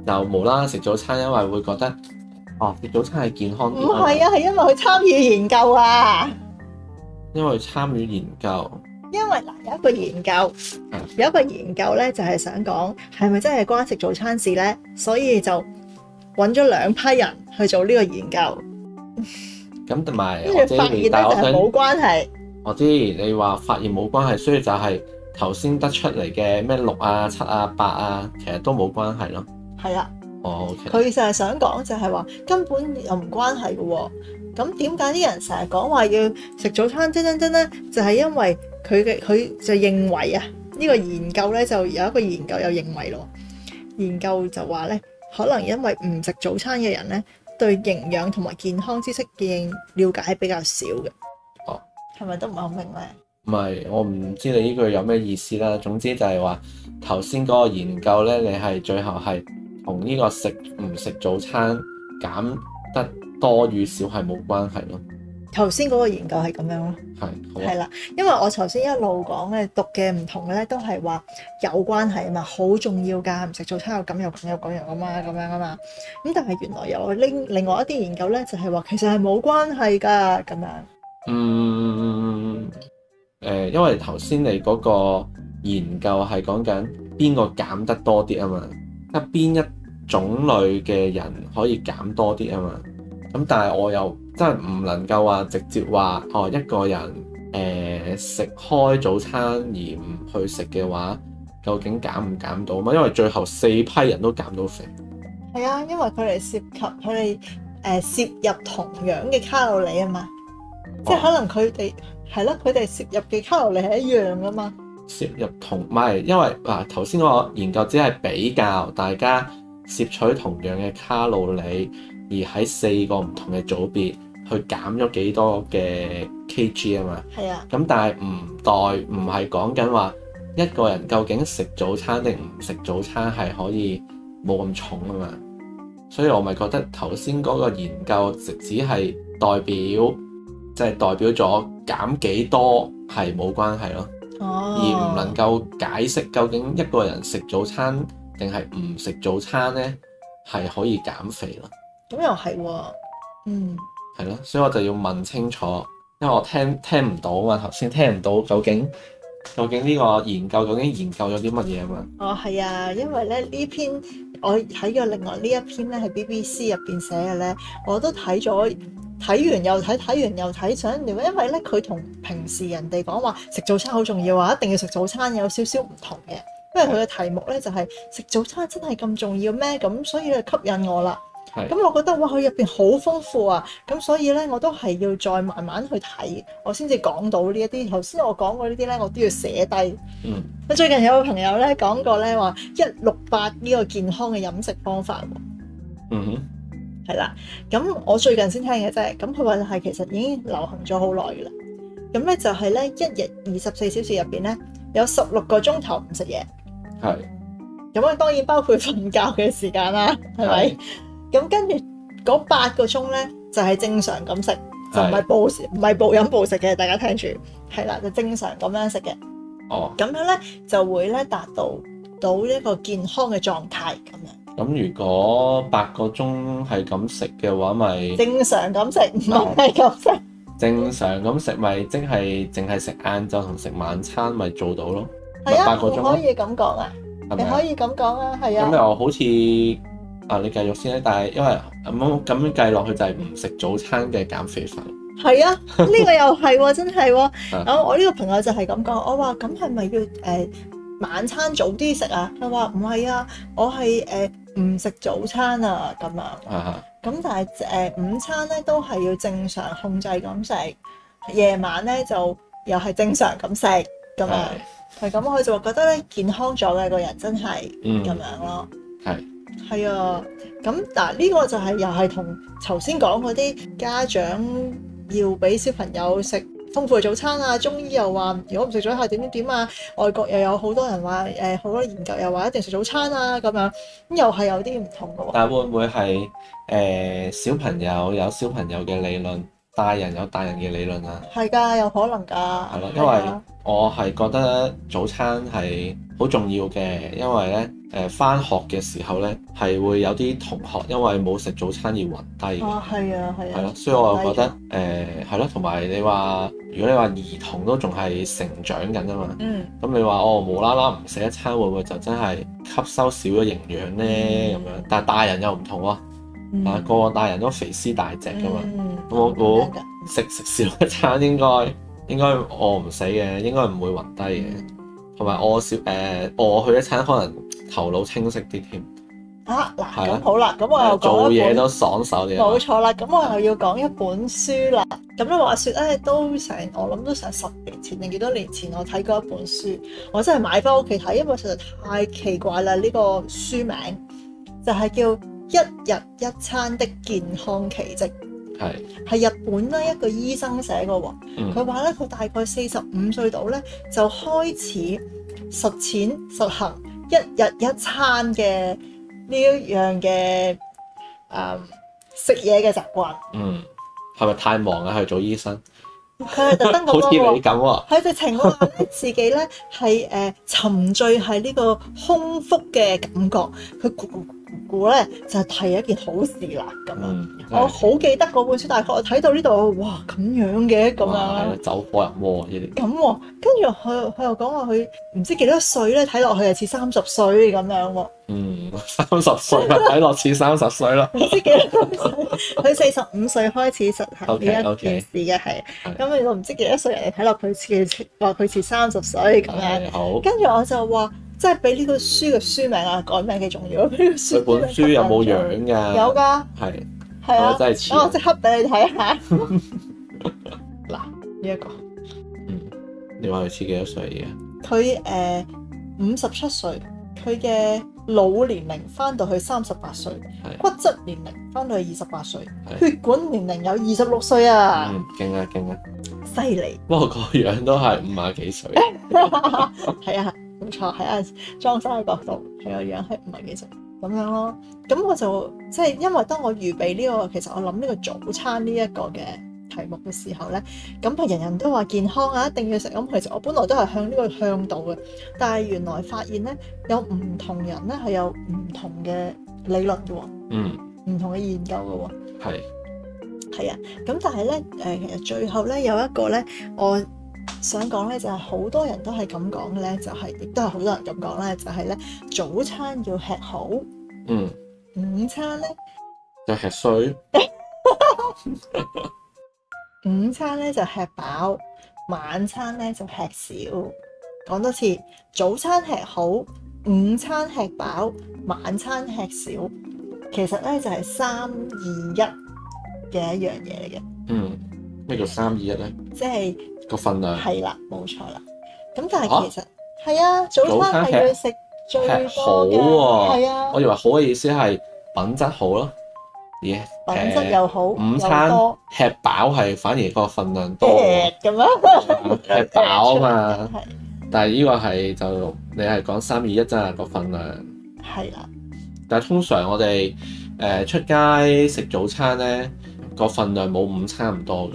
[SPEAKER 2] 就無啦啦食早餐，因為會覺得哦食早餐係健康
[SPEAKER 1] 唔
[SPEAKER 2] 啲啊嘛，
[SPEAKER 1] 係啊，係因為佢參與研究啊。
[SPEAKER 2] 因為參與研究
[SPEAKER 1] 因為嗱有一個研究
[SPEAKER 2] 嗯，
[SPEAKER 1] 有一個研究咧就係、想講係咪真係關食早餐事咧，所以就揾咗兩批人去做呢個研究，
[SPEAKER 2] 咁同埋
[SPEAKER 1] 跟
[SPEAKER 2] 我
[SPEAKER 1] 住
[SPEAKER 2] 知
[SPEAKER 1] 發現咧
[SPEAKER 2] 你，
[SPEAKER 1] 就
[SPEAKER 2] 但係我
[SPEAKER 1] 係冇
[SPEAKER 2] 想
[SPEAKER 1] 關係。
[SPEAKER 2] 我知你話發現冇關係，所以就係頭先得出嚟嘅咩六啊七啊八啊，其實都冇關係咯。
[SPEAKER 1] 係啊啦，
[SPEAKER 2] 哦，OK，
[SPEAKER 1] 佢就係想講就係話根本又唔關係嘅喎。咁點解啲人成日講話要食早餐真真真咧？就係、因為佢嘅佢就認為啊，呢、個研究咧就有一個研究又認為咯，研究就話咧，可能因為唔食早餐嘅人咧，對營養同埋健康知識嘅了解比較少嘅。
[SPEAKER 2] 哦，
[SPEAKER 1] 係咪都唔係好明咧？
[SPEAKER 2] 唔係我唔知你呢句有咩意思啦。總之就係話頭先嗰個研究呢，你係最後係同呢個食唔食早餐減得多與少係冇關係咯。
[SPEAKER 1] 頭先嗰個研究係咁樣咯。
[SPEAKER 2] 係好
[SPEAKER 1] 係
[SPEAKER 2] 啊，
[SPEAKER 1] 啦，因為我頭先一路講咧，讀嘅唔同嘅咧，都係話有關係啊嘛，好重要㗎，唔食早餐有咁有咁有嗰樣啊嘛，咁樣啊嘛。咁但係原來有另另外一啲研究咧，就係話其實係冇關係㗎，咁樣
[SPEAKER 2] 嗯誒，因為頭先你嗰個研究係講緊邊個減得多啲啊嘛，即係邊一種類嘅人可以減多啲啊嘛。咁但係我又真係唔能夠話直接話哦一個人誒、食開早餐而唔去食嘅話，究竟減唔減到嘛？因為最後四批人都減到肥，
[SPEAKER 1] 係啊，因為佢哋涉及佢哋誒攝入同樣嘅卡路里啊嘛，即係
[SPEAKER 2] 哦
[SPEAKER 1] 可能佢哋係咯，佢哋攝入嘅卡路里係一樣㗎嘛。
[SPEAKER 2] 攝入同唔係，因為嗱頭先個研究只係比較大家攝取同樣嘅卡路里，而喺四個唔同嘅組別去減咗幾多嘅 kg 啊嘛。
[SPEAKER 1] 係啊，
[SPEAKER 2] 咁但係唔代唔係講緊話一個人究竟食早餐定唔食早餐係可以冇咁重啊嘛。所以我咪覺得頭先嗰個研究只只係代表，即係代表咗減幾多係冇關係咯。而唔
[SPEAKER 1] 哦，
[SPEAKER 2] 能夠解釋究竟一個人食早餐定係唔食早餐呢，係可以減肥咯，
[SPEAKER 1] 咁又係喎，嗯。
[SPEAKER 2] 係咯，所以我就要問清楚，因為我聽聽唔到啊嘛，頭先聽唔到究竟究竟呢個研究究竟研究咗啲乜嘢啊嘛，
[SPEAKER 1] 哦，係啊，因為咧呢篇我睇嘅另外呢一篇咧係 BBC 入邊寫嘅咧，我都睇咗，睇完又睇，睇完又睇，想了因為咧佢同平時人哋講話食早餐好重要啊，一定要食早餐有少少唔同嘅，因為佢嘅題目咧就係、食早餐真係咁重要咩？咁所以咧吸引我啦。
[SPEAKER 2] 係
[SPEAKER 1] 咁我覺得哇，佢入邊好豐富啊！咁所以咧，我都係要再慢慢去睇，我先至講到呢一啲。頭先我講過呢啲咧，我都要寫低。
[SPEAKER 2] 嗯。
[SPEAKER 1] 我最近有個朋友咧講過咧話一六八呢個健康嘅飲食方法喎，
[SPEAKER 2] 嗯哼，
[SPEAKER 1] 係啦。咁我最近先聽嘅啫。咁佢話係其實已經流行咗好耐㗎啦。咁咧就係咧一日二十四小時入邊咧有十六個鐘頭唔食嘢。
[SPEAKER 2] 係
[SPEAKER 1] 咁啊，當然包括瞓覺嘅時間啦，係咪？咁跟住嗰八個鐘咧，就係、正常咁食，就唔係暴食唔係暴飲暴食嘅，大家聽住，係啦，就正常咁樣食嘅，
[SPEAKER 2] 哦，
[SPEAKER 1] 咁樣咧就會咧達到到一個健康嘅狀態咁樣，
[SPEAKER 2] 咁如果八個鐘係咁食嘅話，咪
[SPEAKER 1] 正常咁食，唔係咁食，
[SPEAKER 2] 正常咁食，咪即係淨係食晏晝同食晚餐咪做到咯，咪
[SPEAKER 1] 係
[SPEAKER 2] 八
[SPEAKER 1] 啊，
[SPEAKER 2] 個鐘
[SPEAKER 1] 可
[SPEAKER 2] 咯，
[SPEAKER 1] 以咁講啊，
[SPEAKER 2] 係
[SPEAKER 1] 你
[SPEAKER 2] 咪啊
[SPEAKER 1] 可？以咁講啊，係
[SPEAKER 2] 咁
[SPEAKER 1] 啊，
[SPEAKER 2] 又好似啊，你繼續先啦。但係因為咁咁樣計落去就係唔食早餐嘅減肥法。
[SPEAKER 1] 係啊，呢個又係喎，真係喎。
[SPEAKER 2] 啊
[SPEAKER 1] 我我呢個朋友就係咁講，我話咁係咪要誒、呃晚餐早啲食啊？佢話唔係啊，我係誒唔食早餐啊咁樣。
[SPEAKER 2] 啊
[SPEAKER 1] 咁但係誒、呃午餐咧都係要正常控制咁食，夜晚咧就又係正常咁食咁啊樣。
[SPEAKER 2] 係
[SPEAKER 1] 係咁，佢就話覺得咧健康咗嘅個人真係
[SPEAKER 2] 嗯
[SPEAKER 1] 咁樣咯。
[SPEAKER 2] 係
[SPEAKER 1] 係啊，咁嗱呢個就係又係同頭先講嗰啲家長要俾小朋友食豐富嘅早餐啊，中醫又話如果唔食早餐點點點啊，外國又有好多人話誒好多研究又話一定食早餐啊咁樣，咁又係有啲唔同嘅喎。
[SPEAKER 2] 但係會唔會係誒、小朋友有小朋友嘅理論，大人有大人嘅理論啊？
[SPEAKER 1] 係㗎，有可能㗎。
[SPEAKER 2] 係
[SPEAKER 1] 係
[SPEAKER 2] 咯，
[SPEAKER 1] 啊
[SPEAKER 2] 因為我係覺得早餐係好重要嘅，因為咧誒翻學嘅時候咧係會有啲同學因為冇食早餐而暈低嘅
[SPEAKER 1] 啊，，係啊，係
[SPEAKER 2] 係
[SPEAKER 1] 啊
[SPEAKER 2] 咯，，所以我又覺得誒係咯，同埋你話如果你話兒童都仲係成長緊啊嘛，
[SPEAKER 1] 嗯，
[SPEAKER 2] 咁你話哦無啦啦唔食一餐會唔會就真係吸收少咗營養咧咁樣？但係大人又唔同喎，
[SPEAKER 1] 嗯
[SPEAKER 2] 啊個個大人都肥屍大隻噶嘛。
[SPEAKER 1] 嗯
[SPEAKER 2] 咁我估
[SPEAKER 1] 係㗎
[SPEAKER 2] 食食少一餐應該應該餓唔死嘅，應該唔會暈低嘅。同埋餓少誒、呃、餓去一餐，可能頭腦清晰啲添，
[SPEAKER 1] 啊嗱，
[SPEAKER 2] 係啦
[SPEAKER 1] 咁好啦，咁我又
[SPEAKER 2] 做
[SPEAKER 1] 講一
[SPEAKER 2] 嘢
[SPEAKER 1] 本
[SPEAKER 2] 都爽手啲
[SPEAKER 1] 冇
[SPEAKER 2] 啊。
[SPEAKER 1] 錯啦，咁我又要講一本書啦。咁咧話説咧，都成我諗都成十年前定幾多年前，我睇過一本書，我真係買翻屋企睇，因為實在太奇怪啦！呢、個書名就係、叫《一日一餐的健康奇蹟》，
[SPEAKER 2] 係
[SPEAKER 1] 係日本咧一個醫生寫嘅喎。
[SPEAKER 2] 嗯
[SPEAKER 1] 佢話咧，佢大概四十五歲到咧就開始實踐實行一日一餐嘅呢一樣嘅誒、嗯食嘢嘅習慣。
[SPEAKER 2] 嗯，係咪太忙啊？去做醫生，
[SPEAKER 1] 佢係特登
[SPEAKER 2] 好
[SPEAKER 1] 咁
[SPEAKER 2] 似
[SPEAKER 1] 樣
[SPEAKER 2] 你咁
[SPEAKER 1] 喎。
[SPEAKER 2] 喎、
[SPEAKER 1] 佢直情話咧，自己咧係誒沉醉喺呢個空腹嘅感覺，佢估估估咧就係一件好事啦咁樣。
[SPEAKER 2] 嗯，
[SPEAKER 1] 我好記得嗰本書，大概我睇到呢度，哇咁樣嘅咁樣
[SPEAKER 2] 哇係啊
[SPEAKER 1] 啦
[SPEAKER 2] 咯，走火入魔啊呢啲。
[SPEAKER 1] 咁喎、跟住佢佢又講話佢唔知幾多歲咧，睇落去係似三十歲咁樣喎、
[SPEAKER 2] 嗯，三十歲 啦，睇落似三十歲啦。
[SPEAKER 1] 唔知幾多歲，佢四十五歲開始實行呢一
[SPEAKER 2] OK，OK
[SPEAKER 1] 件事嘅係
[SPEAKER 2] 係，
[SPEAKER 1] 咁你都唔知幾多歲人哋睇落佢似話佢似三十歲咁樣，
[SPEAKER 2] 係好。
[SPEAKER 1] 跟住我就話，即係俾呢個書嘅書名啊，改名幾重要，俾呢個書
[SPEAKER 2] 佢本書有冇樣㗎？
[SPEAKER 1] 有㗎，
[SPEAKER 2] 係。
[SPEAKER 1] 係
[SPEAKER 2] 係咪
[SPEAKER 1] 啊，
[SPEAKER 2] 真係似
[SPEAKER 1] 等我即刻俾你睇 下， 嗱呢一個，
[SPEAKER 2] 嗯，你話佢似幾多歲嘅？
[SPEAKER 1] 佢誒五十七歲，佢嘅腦年齡翻到去三十八歲，
[SPEAKER 2] 係
[SPEAKER 1] 骨質年齡翻到去二十八歲，
[SPEAKER 2] 係
[SPEAKER 1] 血管年齡有二十六歲啊，
[SPEAKER 2] 嗯，勁啊勁啊！
[SPEAKER 1] 犀利！
[SPEAKER 2] 不過個樣都係五啊幾歲，
[SPEAKER 1] 係啊，冇錯，喺啊裝修嘅角度，係個樣係唔係幾熟咁樣咯。咁我就即係因為當我預備呢、個，其實我諗呢個早餐呢一個嘅題目嘅時候咧，咁啊人人都話健康啊，一定要食。咁其實我本來都係向呢個向度嘅，但係原來發現咧有哦唔同人咧係有唔同嘅理論嘅喎，
[SPEAKER 2] 嗯，
[SPEAKER 1] 唔同嘅研究嘅喎。
[SPEAKER 2] 係，
[SPEAKER 1] 係啊，咁但係咧，誒、其實最後咧有一個咧，我想講咧就係、好多人都係咁講嘅咧，就係、亦都係好多人咁講咧，就係、咧早餐要吃好，午
[SPEAKER 2] 嗯，
[SPEAKER 1] 餐咧
[SPEAKER 2] 就吃衰，
[SPEAKER 1] 午餐咧就吃飽，晚餐咧就吃少。講多次，早餐吃好，午餐吃飽，晚餐吃少。其實咧就係三二一嘅一樣嘢嚟嘅，
[SPEAKER 2] 嗯，咩叫三二一咧？
[SPEAKER 1] 即係。
[SPEAKER 2] 個份量
[SPEAKER 1] 係啦，冇錯啦。咁但係其實係啊，早餐係要食最
[SPEAKER 2] 吃好
[SPEAKER 1] 多嘅，
[SPEAKER 2] 喎
[SPEAKER 1] 係啊
[SPEAKER 2] 我，以為好嘅意思係品質好咯，嘢
[SPEAKER 1] 品質又好，
[SPEAKER 2] 午
[SPEAKER 1] 又
[SPEAKER 2] 餐
[SPEAKER 1] 多，
[SPEAKER 2] 吃飽係反而個份量多喎，
[SPEAKER 1] 咁樣
[SPEAKER 2] 吃飽啊嘛。
[SPEAKER 1] 係
[SPEAKER 2] 但係呢個係就你係講三二一真係個份量。
[SPEAKER 1] 係啦，
[SPEAKER 2] 但係通常我哋誒、呃出街食早餐咧，個份量冇午餐咁多嘅。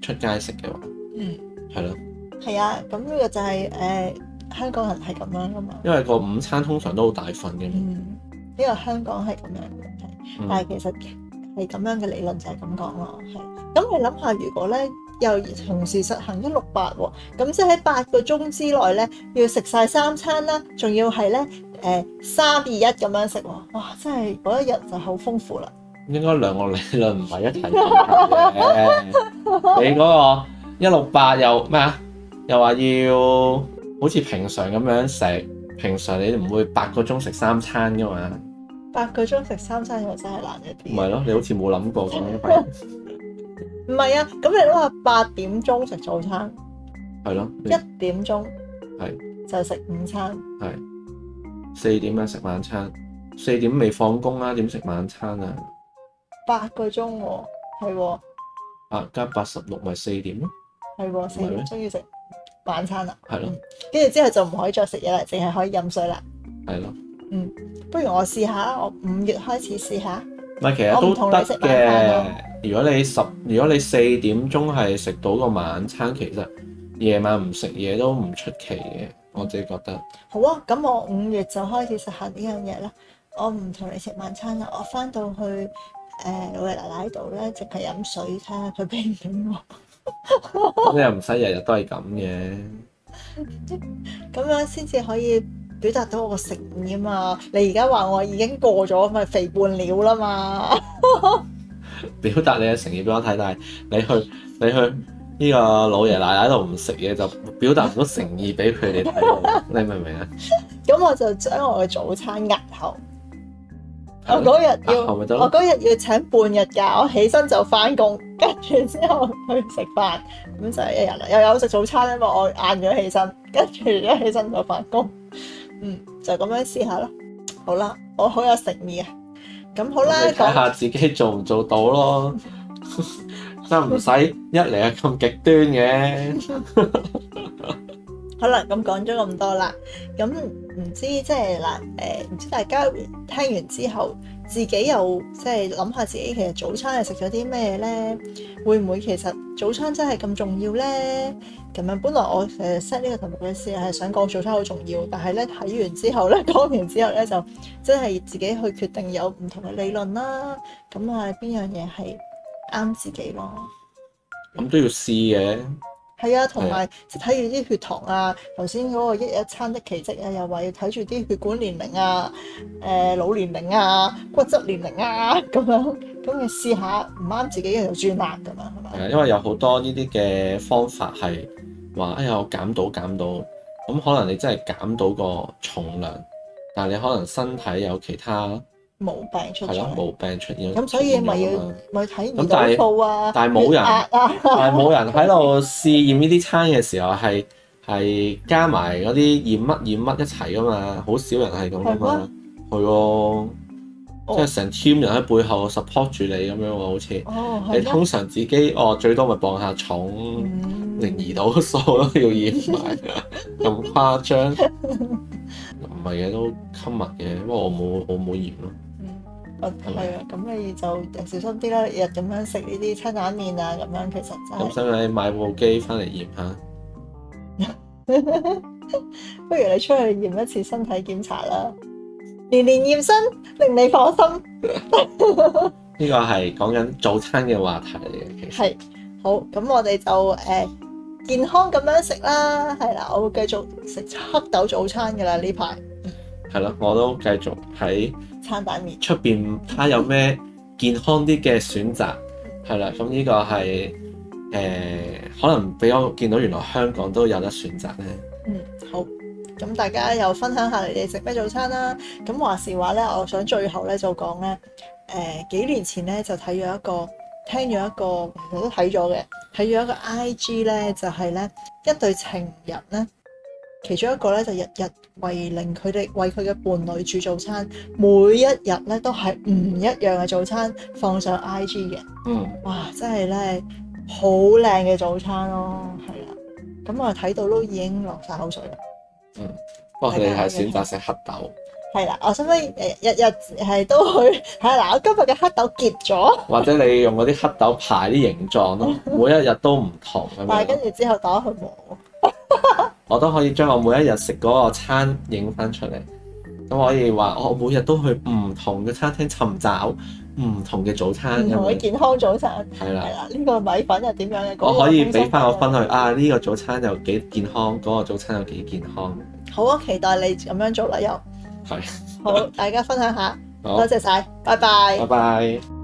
[SPEAKER 2] 出街食嘅話，
[SPEAKER 1] 嗯，
[SPEAKER 2] 係咯，
[SPEAKER 1] 係啊。咁呢個就係誒香港人係咁樣噶嘛，
[SPEAKER 2] 因為個午餐通常都好大份嘅嘛。
[SPEAKER 1] 嗯，呢個香港係咁樣嘅，係
[SPEAKER 2] 嗯
[SPEAKER 1] 但係其實係咁樣嘅理論就係咁講咯，係。咁你諗下，如果咧又同時實行一六八喎，咁即係喺八個鐘之內咧要食晒三餐啦，仲要係咧誒三二一咁樣食喎，哇！真係嗰一日就好豐富啦。
[SPEAKER 2] 應該兩個理論唔係一齊進行嘅。你嗰個一六八又咩啊？又話要好似平常咁樣食，平常你唔會八個鐘食三餐噶嘛？
[SPEAKER 1] 八個鐘食三餐又真係難一
[SPEAKER 2] 唔
[SPEAKER 1] 啲。啊
[SPEAKER 2] 係咯，你好似冇諗過咁樣係
[SPEAKER 1] 唔係啊，咁你都話八點鐘食早餐，
[SPEAKER 2] 係咯，你
[SPEAKER 1] 一點鐘
[SPEAKER 2] 嗯係
[SPEAKER 1] 就食午餐，
[SPEAKER 2] 四點啊食晚餐，四點未放工啦，點食晚餐啊？
[SPEAKER 1] 八個鐘喎，係喎
[SPEAKER 2] 啊加八十六咪四點咯，
[SPEAKER 1] 係喎，四
[SPEAKER 2] 唔係咩
[SPEAKER 1] 點鐘要食晚餐啦，
[SPEAKER 2] 係咯
[SPEAKER 1] 跟住之後就唔可以再食嘢啦，淨係可以飲水啦。
[SPEAKER 2] 係咯，
[SPEAKER 1] 不如我試下，我五月開始試下。
[SPEAKER 2] 唔係其實
[SPEAKER 1] 我
[SPEAKER 2] 都
[SPEAKER 1] 唔同你食晚餐
[SPEAKER 2] 得
[SPEAKER 1] 咯
[SPEAKER 2] 嘅。如果你十，如果你四點鐘係食到個晚餐，其實夜晚唔食嘢都唔出奇嘅，我自己覺得。
[SPEAKER 1] 好啊，咁我五月就開始食下呢樣嘢啦。我唔同你食晚餐啦，我翻到去誒、呃老爺奶奶度咧，淨係飲水睇下佢俾唔俾我。哦
[SPEAKER 2] 咁你又唔使日日都係咁嘅，
[SPEAKER 1] 咁樣先至可以表達到我個誠意啊嘛！你而家話我已經過咗，咪肥胖了啦嘛！
[SPEAKER 2] 表達你嘅誠意俾我睇，但係你去你去呢個老爺奶奶度唔食嘢，就表達唔到誠意俾佢哋睇 喎，你明唔明啊？
[SPEAKER 1] 咁我就將我嘅早餐押後。我嗰日要
[SPEAKER 2] 押啊後咪得咯
[SPEAKER 1] 哦我嗰日要請半日假，我起身就翻工， 跟住之後去食飯，咁就係一日啦。又有食早餐因為我晏咗起身， 跟住一起身就翻工。嗯，就咁樣試下啦。好啦，我好有誠意啊！咁好啦，
[SPEAKER 2] 你睇
[SPEAKER 1] 講
[SPEAKER 2] 下自己做唔做到咯， 真係唔使一嚟就咁極端嘅。
[SPEAKER 1] 好啦，咁講咗咁多啦，咁呃唔知即係嗱，誒、唔知大家聽完之後，自己又即係諗下自己其實早餐係食咗啲咩咧？會唔會其實早餐真係咁重要咧？咁樣本來我誒 set 呢個題目嘅時候係想講早餐好重要，但係咧睇完之後咧 講完之後咧就真係自己去決定有唔同嘅理論啦。咁啊邊樣嘢係啱自己咯？
[SPEAKER 2] 咁都要試嘅，
[SPEAKER 1] 係啊，同埋即係睇住啲血糖啊，頭先嗰個一日一餐的奇蹟啊，又話要睇住啲血管年齡啊、誒、腦年齡啊、骨質年齡啊 咁樣，咁你試下唔啱自己嘅就轉啦咁樣，係
[SPEAKER 2] 係
[SPEAKER 1] 咪？
[SPEAKER 2] 啊，因為有好多呢啲嘅方法係話，哎呀我減到減到，咁可能你真係減到個重量，但係你可能身體有其他
[SPEAKER 1] 毛病出
[SPEAKER 2] 係
[SPEAKER 1] 咗
[SPEAKER 2] 咯
[SPEAKER 1] 嚟，
[SPEAKER 2] 毛病出現。
[SPEAKER 1] 咁所以咪要
[SPEAKER 2] 出現咗嘛
[SPEAKER 1] 咪睇
[SPEAKER 2] 咁
[SPEAKER 1] 胰
[SPEAKER 2] 但係
[SPEAKER 1] 島素啊、
[SPEAKER 2] 但係冇人
[SPEAKER 1] 血壓啊，
[SPEAKER 2] 但係冇人喺度試驗呢啲餐嘅時候係係加埋嗰啲驗乜驗乜一齊噶嘛，好少人係咁噶嘛，係
[SPEAKER 1] 哦
[SPEAKER 2] 喎，即係成 team 人喺背後 support 住你咁樣喎，好似
[SPEAKER 1] 哦
[SPEAKER 2] 你
[SPEAKER 1] 係咯，
[SPEAKER 2] 通常自己哦最多咪磅下重，
[SPEAKER 1] 嗯
[SPEAKER 2] 連胰島素都要驗 埋，咁誇張？唔係嘅都 common 嘅，不過我冇我冇驗咯，
[SPEAKER 1] 嗯，我係啊，咁你就小心啲啦，日日咁樣食呢啲餐蛋麵啊，咁樣其實真係
[SPEAKER 2] 咁。使唔使買部機翻嚟驗下？
[SPEAKER 1] 不如你出去驗一次身體檢查啦，年年驗身，令你放心。
[SPEAKER 2] 呢個係講緊早餐嘅話題嚟嘅，其實。
[SPEAKER 1] 係好，咁我哋就誒、呃健康咁樣食啦，係啦，我會繼續食黑豆早餐噶啦呢排
[SPEAKER 2] 係咯，我都繼續喺
[SPEAKER 1] 餐蛋麵。
[SPEAKER 2] 出邊睇下有咩健康啲嘅選擇。係啦，咁呢個係誒、可能俾我見到原來香港都有得選擇咧。
[SPEAKER 1] 嗯，好。咁大家又分享下你哋食咩早餐啦。咁話時話咧，我想最後咧就講咧，誒、幾年前咧就睇咗一個，聽咗一個，其實都睇咗嘅，睇咗一個 I G 咧，就係、咧一對情人咧，其中一個咧就日日為令佢哋為佢嘅伴侶煮早餐，每一日咧都係唔一樣嘅早餐放上 I G 嘅。
[SPEAKER 2] 嗯，
[SPEAKER 1] 哇！真係咧，好靚嘅早餐咯，係啦。咁我睇到都已經落晒口水啦。
[SPEAKER 2] 不過佢哋係選擇食黑豆，
[SPEAKER 1] 係啦，我想唔想誒日日係都去 係啦？我今日嘅黑豆結咗，
[SPEAKER 2] 或者你用嗰啲黑豆排啲形狀咯，
[SPEAKER 1] 嗯
[SPEAKER 2] 每一日都唔同咁
[SPEAKER 1] 但係
[SPEAKER 2] 樣。
[SPEAKER 1] 跟住之後打去磨。
[SPEAKER 2] 我都可以將我每一日食嗰個餐影翻出嚟，咁可以話哦我每日都去唔同嘅餐廳尋找唔同嘅早餐
[SPEAKER 1] 唔
[SPEAKER 2] 咁
[SPEAKER 1] 同嘅
[SPEAKER 2] 樣。
[SPEAKER 1] 健康早餐
[SPEAKER 2] 係啦
[SPEAKER 1] 係。啦，呢個米粉係點樣嘅？嗰
[SPEAKER 2] 嗯我
[SPEAKER 1] 個
[SPEAKER 2] 可以
[SPEAKER 1] 通
[SPEAKER 2] 俾
[SPEAKER 1] 心
[SPEAKER 2] 翻我
[SPEAKER 1] 粉
[SPEAKER 2] 分去啊！呢、個早餐又幾健康，嗰、個早餐又幾健康。
[SPEAKER 1] 係。好啊，期待你咁樣做啦又。
[SPEAKER 2] 係，
[SPEAKER 1] 好，大家分享下，
[SPEAKER 2] 好嗯
[SPEAKER 1] 多，謝晒，拜拜
[SPEAKER 2] 拜。拜。